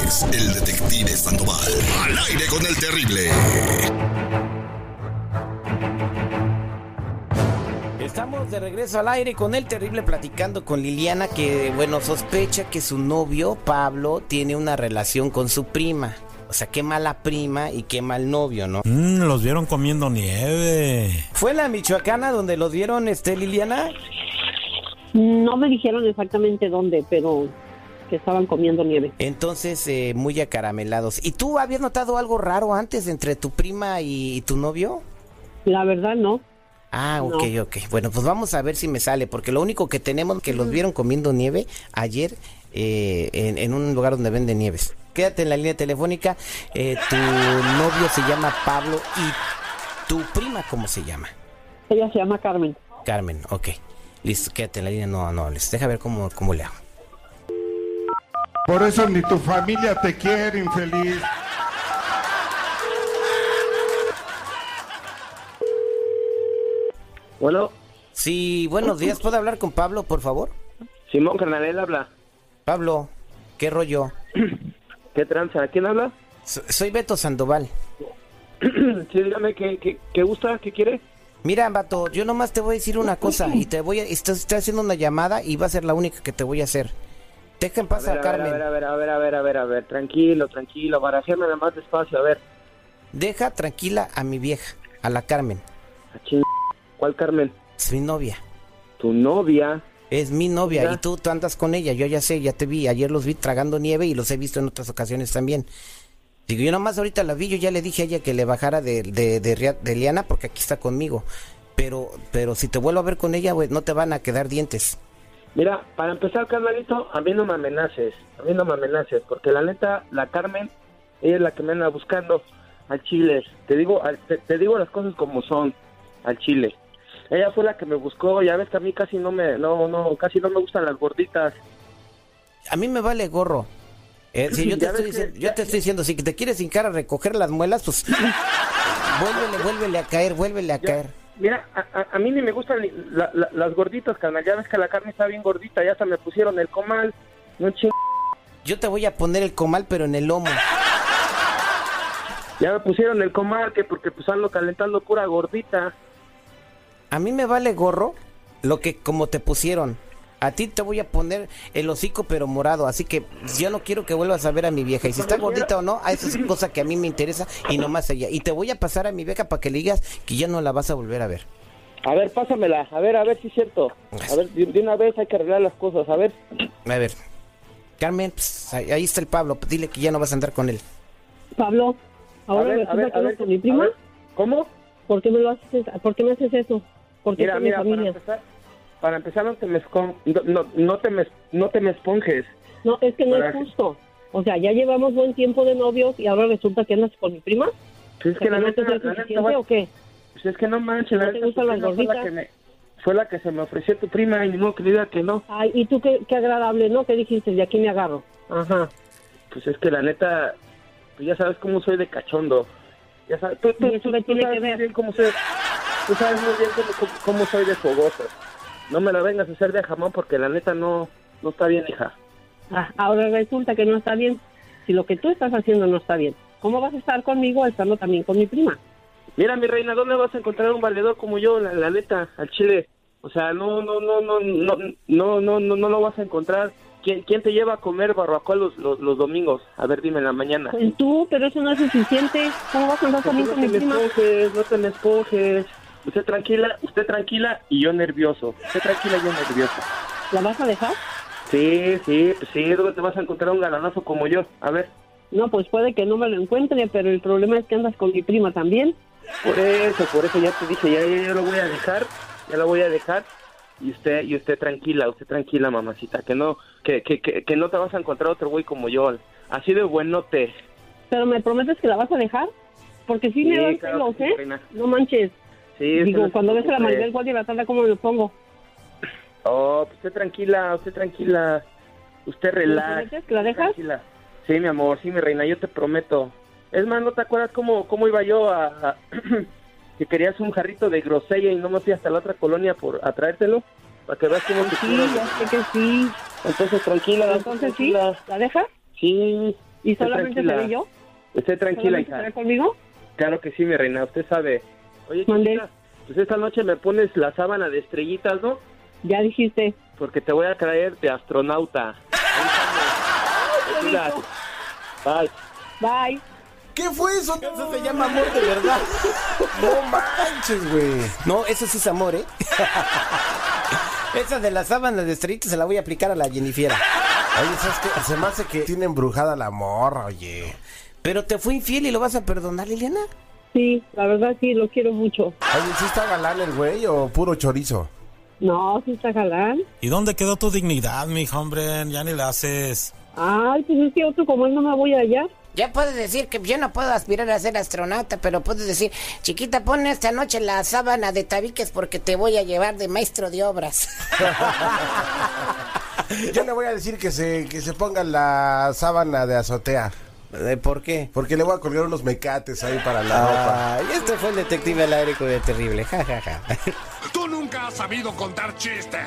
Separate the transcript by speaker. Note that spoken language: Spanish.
Speaker 1: es el detective Sandoval. Al aire con el terrible.
Speaker 2: Estamos de regreso al aire con el terrible platicando con Liliana que, bueno, sospecha que su novio, Pablo, tiene una relación con su prima. O sea, qué mala prima y qué mal novio, ¿no?
Speaker 3: Mm, los vieron comiendo nieve.
Speaker 2: ¿Fue la Michoacana donde los vieron, este, Liliana?
Speaker 4: No me dijeron exactamente dónde, pero que estaban comiendo nieve.
Speaker 2: Entonces, eh, muy acaramelados. ¿Y tú habías notado algo raro antes entre tu prima y, y tu novio?
Speaker 4: La verdad, no.
Speaker 2: Ah, ok, ok. Bueno, pues vamos a ver si me sale, porque lo único que tenemos que los vieron comiendo nieve ayer eh, en, en un lugar donde venden nieves. Quédate en la línea telefónica. Eh, tu novio se llama Pablo y tu prima, ¿cómo se llama?
Speaker 4: Ella se llama Carmen.
Speaker 2: Carmen, ok. Listo, quédate en la línea, no, no, les deja ver cómo, cómo le hago.
Speaker 5: Por eso ni tu familia te quiere, infeliz.
Speaker 6: Bueno,
Speaker 2: Sí, buenos días, ¿puedo hablar con Pablo, por favor?
Speaker 6: Simón Carnalel habla.
Speaker 2: Pablo, ¿qué rollo?
Speaker 6: ¿Qué tranza? ¿Quién habla?
Speaker 2: So- Soy Beto Sandoval.
Speaker 6: sí, dígame, ¿qué, qué, qué gusta? ¿Qué quiere?
Speaker 2: Mira, vato, yo nomás te voy a decir una cosa y te voy a... Estás, estoy haciendo una llamada y va a ser la única que te voy a hacer. Deja en
Speaker 6: A
Speaker 2: paz a,
Speaker 6: ver, a ver,
Speaker 2: Carmen.
Speaker 6: a ver, a ver, a ver, a ver, a ver, a ver, tranquilo, tranquilo, barajéme nada más despacio, a ver.
Speaker 2: Deja tranquila a mi vieja, a la Carmen.
Speaker 6: A ching- ¿Cuál Carmen?
Speaker 2: Es mi novia.
Speaker 6: Tu novia.
Speaker 2: Es mi novia
Speaker 6: Ya.
Speaker 2: y tú, tú andas con ella. Yo ya sé, ya te vi. Ayer los vi tragando nieve y los he visto en otras ocasiones también. Digo, yo nomás ahorita la vi. Yo ya le dije a ella que le bajara de, de, de, ria- de Liana porque aquí está conmigo. Pero, pero si te vuelvo a ver con ella, güey, no te van a quedar dientes.
Speaker 6: Mira, para empezar, carnalito, a mí no me amenaces, a mí no me amenaces, porque la neta, la Carmen, ella es la que me anda buscando al chile. Te digo, al- te, te digo las cosas como son, al chile. Ella fue la que me buscó, ya ves que a mí casi no me, no, no, casi no me gustan las gorditas.
Speaker 2: A mí me vale gorro. Eh, si yo te,
Speaker 6: Ya
Speaker 2: estoy,
Speaker 6: ves que-
Speaker 2: dicien- yo te estoy diciendo, si te quieres hincar a recoger las muelas, pues vuélvele, vuélvele a caer, vuélvele a
Speaker 6: Ya-
Speaker 2: caer.
Speaker 6: Mira, a, a- a mí ni me gustan ni- la- la- las gorditas, carnal. Ya ves que la carne está bien gordita, ya hasta me pusieron el comal. No ching...
Speaker 2: Yo te voy a poner el comal, pero en el lomo.
Speaker 6: Ya me pusieron el comal, que porque pues ando calentando pura gordita.
Speaker 2: A mí me vale gorro lo que como te pusieron. A ti te voy a poner el hocico pero morado, así que yo no quiero que vuelvas a ver a mi vieja. Y si está gordita o no, a eso es cosa que a mí me interesa y no más allá. Y te voy a pasar a mi vieja para que le digas que ya no la vas a volver a ver.
Speaker 6: A ver, pásamela, a ver, a ver si es cierto. A ver, de, de una vez hay que arreglar las cosas, a ver.
Speaker 2: A ver, Carmen, pues, ahí ahí está el Pablo, pues, dile que ya no vas a andar con él.
Speaker 4: Pablo,
Speaker 6: A
Speaker 4: ahora
Speaker 6: ver,
Speaker 4: resulta
Speaker 6: a ver,
Speaker 4: que
Speaker 6: a
Speaker 4: ando
Speaker 6: ver,
Speaker 4: con mi
Speaker 6: a
Speaker 4: prima.
Speaker 6: ver. ¿Cómo?
Speaker 4: ¿Por qué me lo haces? ¿Por qué me haces eso? ¿Por qué
Speaker 6: Mira,
Speaker 4: con
Speaker 6: mira,
Speaker 4: mi
Speaker 6: para
Speaker 4: familia?
Speaker 6: empezar, para empezar no te me, escon- no, no- no te me, no te me esponjes.
Speaker 4: No, es que no
Speaker 6: para
Speaker 4: es
Speaker 6: que-
Speaker 4: justo. O sea, ya llevamos buen tiempo de novios y ahora resulta que andas con mi prima.
Speaker 6: Pues es
Speaker 4: ¿Que
Speaker 6: que la
Speaker 4: no te
Speaker 6: neta,
Speaker 4: es
Speaker 6: la neta,
Speaker 4: suficiente
Speaker 6: güey,
Speaker 4: o qué?
Speaker 6: pues es que no manches, la
Speaker 4: ¿No te
Speaker 6: neta, tu
Speaker 4: gustan las
Speaker 6: prima fue la
Speaker 4: gorditas?
Speaker 6: que me- fue la que se me ofreció tu prima y ni modo que le diga que no.
Speaker 4: Ay, y tú qué, qué agradable, ¿no? ¿Qué dijiste? De aquí me agarro. Ajá.
Speaker 6: Pues es que la neta, pues ya sabes cómo soy de cachondo. Ya sabes, tú, tú,
Speaker 4: ¿Y eso
Speaker 6: tú-
Speaker 4: qué
Speaker 6: tú
Speaker 4: tiene
Speaker 6: sabes
Speaker 4: que
Speaker 6: muy
Speaker 4: ver?
Speaker 6: bien cómo soy, tú sabes muy bien cómo, cómo- cómo soy de fogoso. No me la vengas a hacer de jamón porque la neta no, no está bien, hija.
Speaker 4: Ah, ahora resulta que no está bien. Si lo que tú estás haciendo no está bien, ¿cómo vas a estar conmigo estando también con mi prima?
Speaker 6: Mira, mi reina, ¿dónde vas a encontrar un valedor como yo, la, la neta, al chile? O sea, no, no, no, no, no, no, no, no, no lo vas a encontrar. ¿Quién, quién te lleva a comer barbacoa los, los, los domingos? A ver, dime en la mañana.
Speaker 4: Pues tú, pero eso no es suficiente. ¿Cómo vas a andar también
Speaker 6: no
Speaker 4: con mi
Speaker 6: te me
Speaker 4: prima?
Speaker 6: escoges, no te me escoges. Usted tranquila, usted tranquila y yo nervioso. Usted tranquila y yo nervioso.
Speaker 4: ¿La vas a dejar?
Speaker 6: Sí, sí, pues sí, ¿dónde te vas a encontrar un galanazo como yo? A ver,
Speaker 4: No, pues puede que no me lo encuentre, pero el problema es que andas con mi prima también.
Speaker 6: por eso, por eso ya te dije, ya, ya, ya lo voy a dejar, ya lo voy a dejar. Y usted, y usted tranquila, usted tranquila, mamacita, que no, que, que, que, que no te vas a encontrar otro güey como yo. Así de buenote.
Speaker 4: Pero me prometes que la vas a dejar, porque sí, me
Speaker 6: Sí,
Speaker 4: dan
Speaker 6: claro
Speaker 4: celos,
Speaker 6: que sí,
Speaker 4: ¿eh?
Speaker 6: reina.
Speaker 4: No manches.
Speaker 6: Sí,
Speaker 4: Digo,
Speaker 6: usted no se
Speaker 4: cuando ves a la
Speaker 6: preocupe.
Speaker 4: Maribel Guardia de la tarde, ¿cómo me lo pongo?
Speaker 6: Oh, pues usted tranquila, usted tranquila. Usted relax.
Speaker 4: prometes que la dejas?
Speaker 6: Tranquila. Sí, mi amor, sí, mi reina, yo te prometo. Es más, ¿no te acuerdas cómo, cómo iba yo a... a- que querías un jarrito de grosella y no me fui hasta la otra colonia por a traértelo? Para que veas cómo te
Speaker 4: Sí,
Speaker 6: quiero.
Speaker 4: ya sé que sí.
Speaker 6: Entonces, tranquila.
Speaker 4: Entonces sí,
Speaker 6: tranquila.
Speaker 4: ¿la dejas?
Speaker 6: Sí,
Speaker 4: ¿Y
Speaker 6: Estoy
Speaker 4: solamente
Speaker 6: tranquila.
Speaker 4: seré yo?
Speaker 6: Esté tranquila,
Speaker 4: ¿Solamente será
Speaker 6: hija.
Speaker 4: conmigo?
Speaker 6: Claro que sí, mi reina, usted sabe. Oye,
Speaker 4: Mandé.
Speaker 6: chiquita, pues esta noche me pones la sábana de estrellitas, ¿no?
Speaker 4: Ya dijiste.
Speaker 6: Porque te voy a traer de astronauta. Mira. Bye.
Speaker 4: Bye.
Speaker 2: ¿Qué fue eso? Eso se llama amor de verdad. No manches, güey. No, eso sí es amor, ¿eh? Esa de las sábanas de estrellitas se la voy a aplicar a la Jennifiera.
Speaker 7: Oye, ¿sabes qué? Se me hace que tiene embrujada la morra, oye.
Speaker 2: Pero te fue infiel y lo vas a perdonar, Liliana.
Speaker 4: Sí, la verdad sí, lo quiero mucho.
Speaker 7: Oye, ¿sí está galán el güey o puro chorizo?
Speaker 4: No, sí está galán.
Speaker 3: ¿Y dónde quedó tu dignidad, mija, hombre? Ya ni la haces.
Speaker 4: Ay, pues es que otro como él no me voy allá.
Speaker 2: Ya puedes decir que yo no puedo aspirar a ser astronauta, pero puedes decir, chiquita, pon esta noche la sábana de tabiques porque te voy a llevar de maestro de obras.
Speaker 7: Yo le voy a decir que se, que se ponga la sábana de azotea.
Speaker 2: Eh, ¿Por qué?
Speaker 7: Porque le voy a colgar unos mecates ahí para la ropa.
Speaker 2: Ah, y este fue el detective al aire con el terrible. Ja, ja, ja.
Speaker 5: Tú nunca has sabido contar chistes.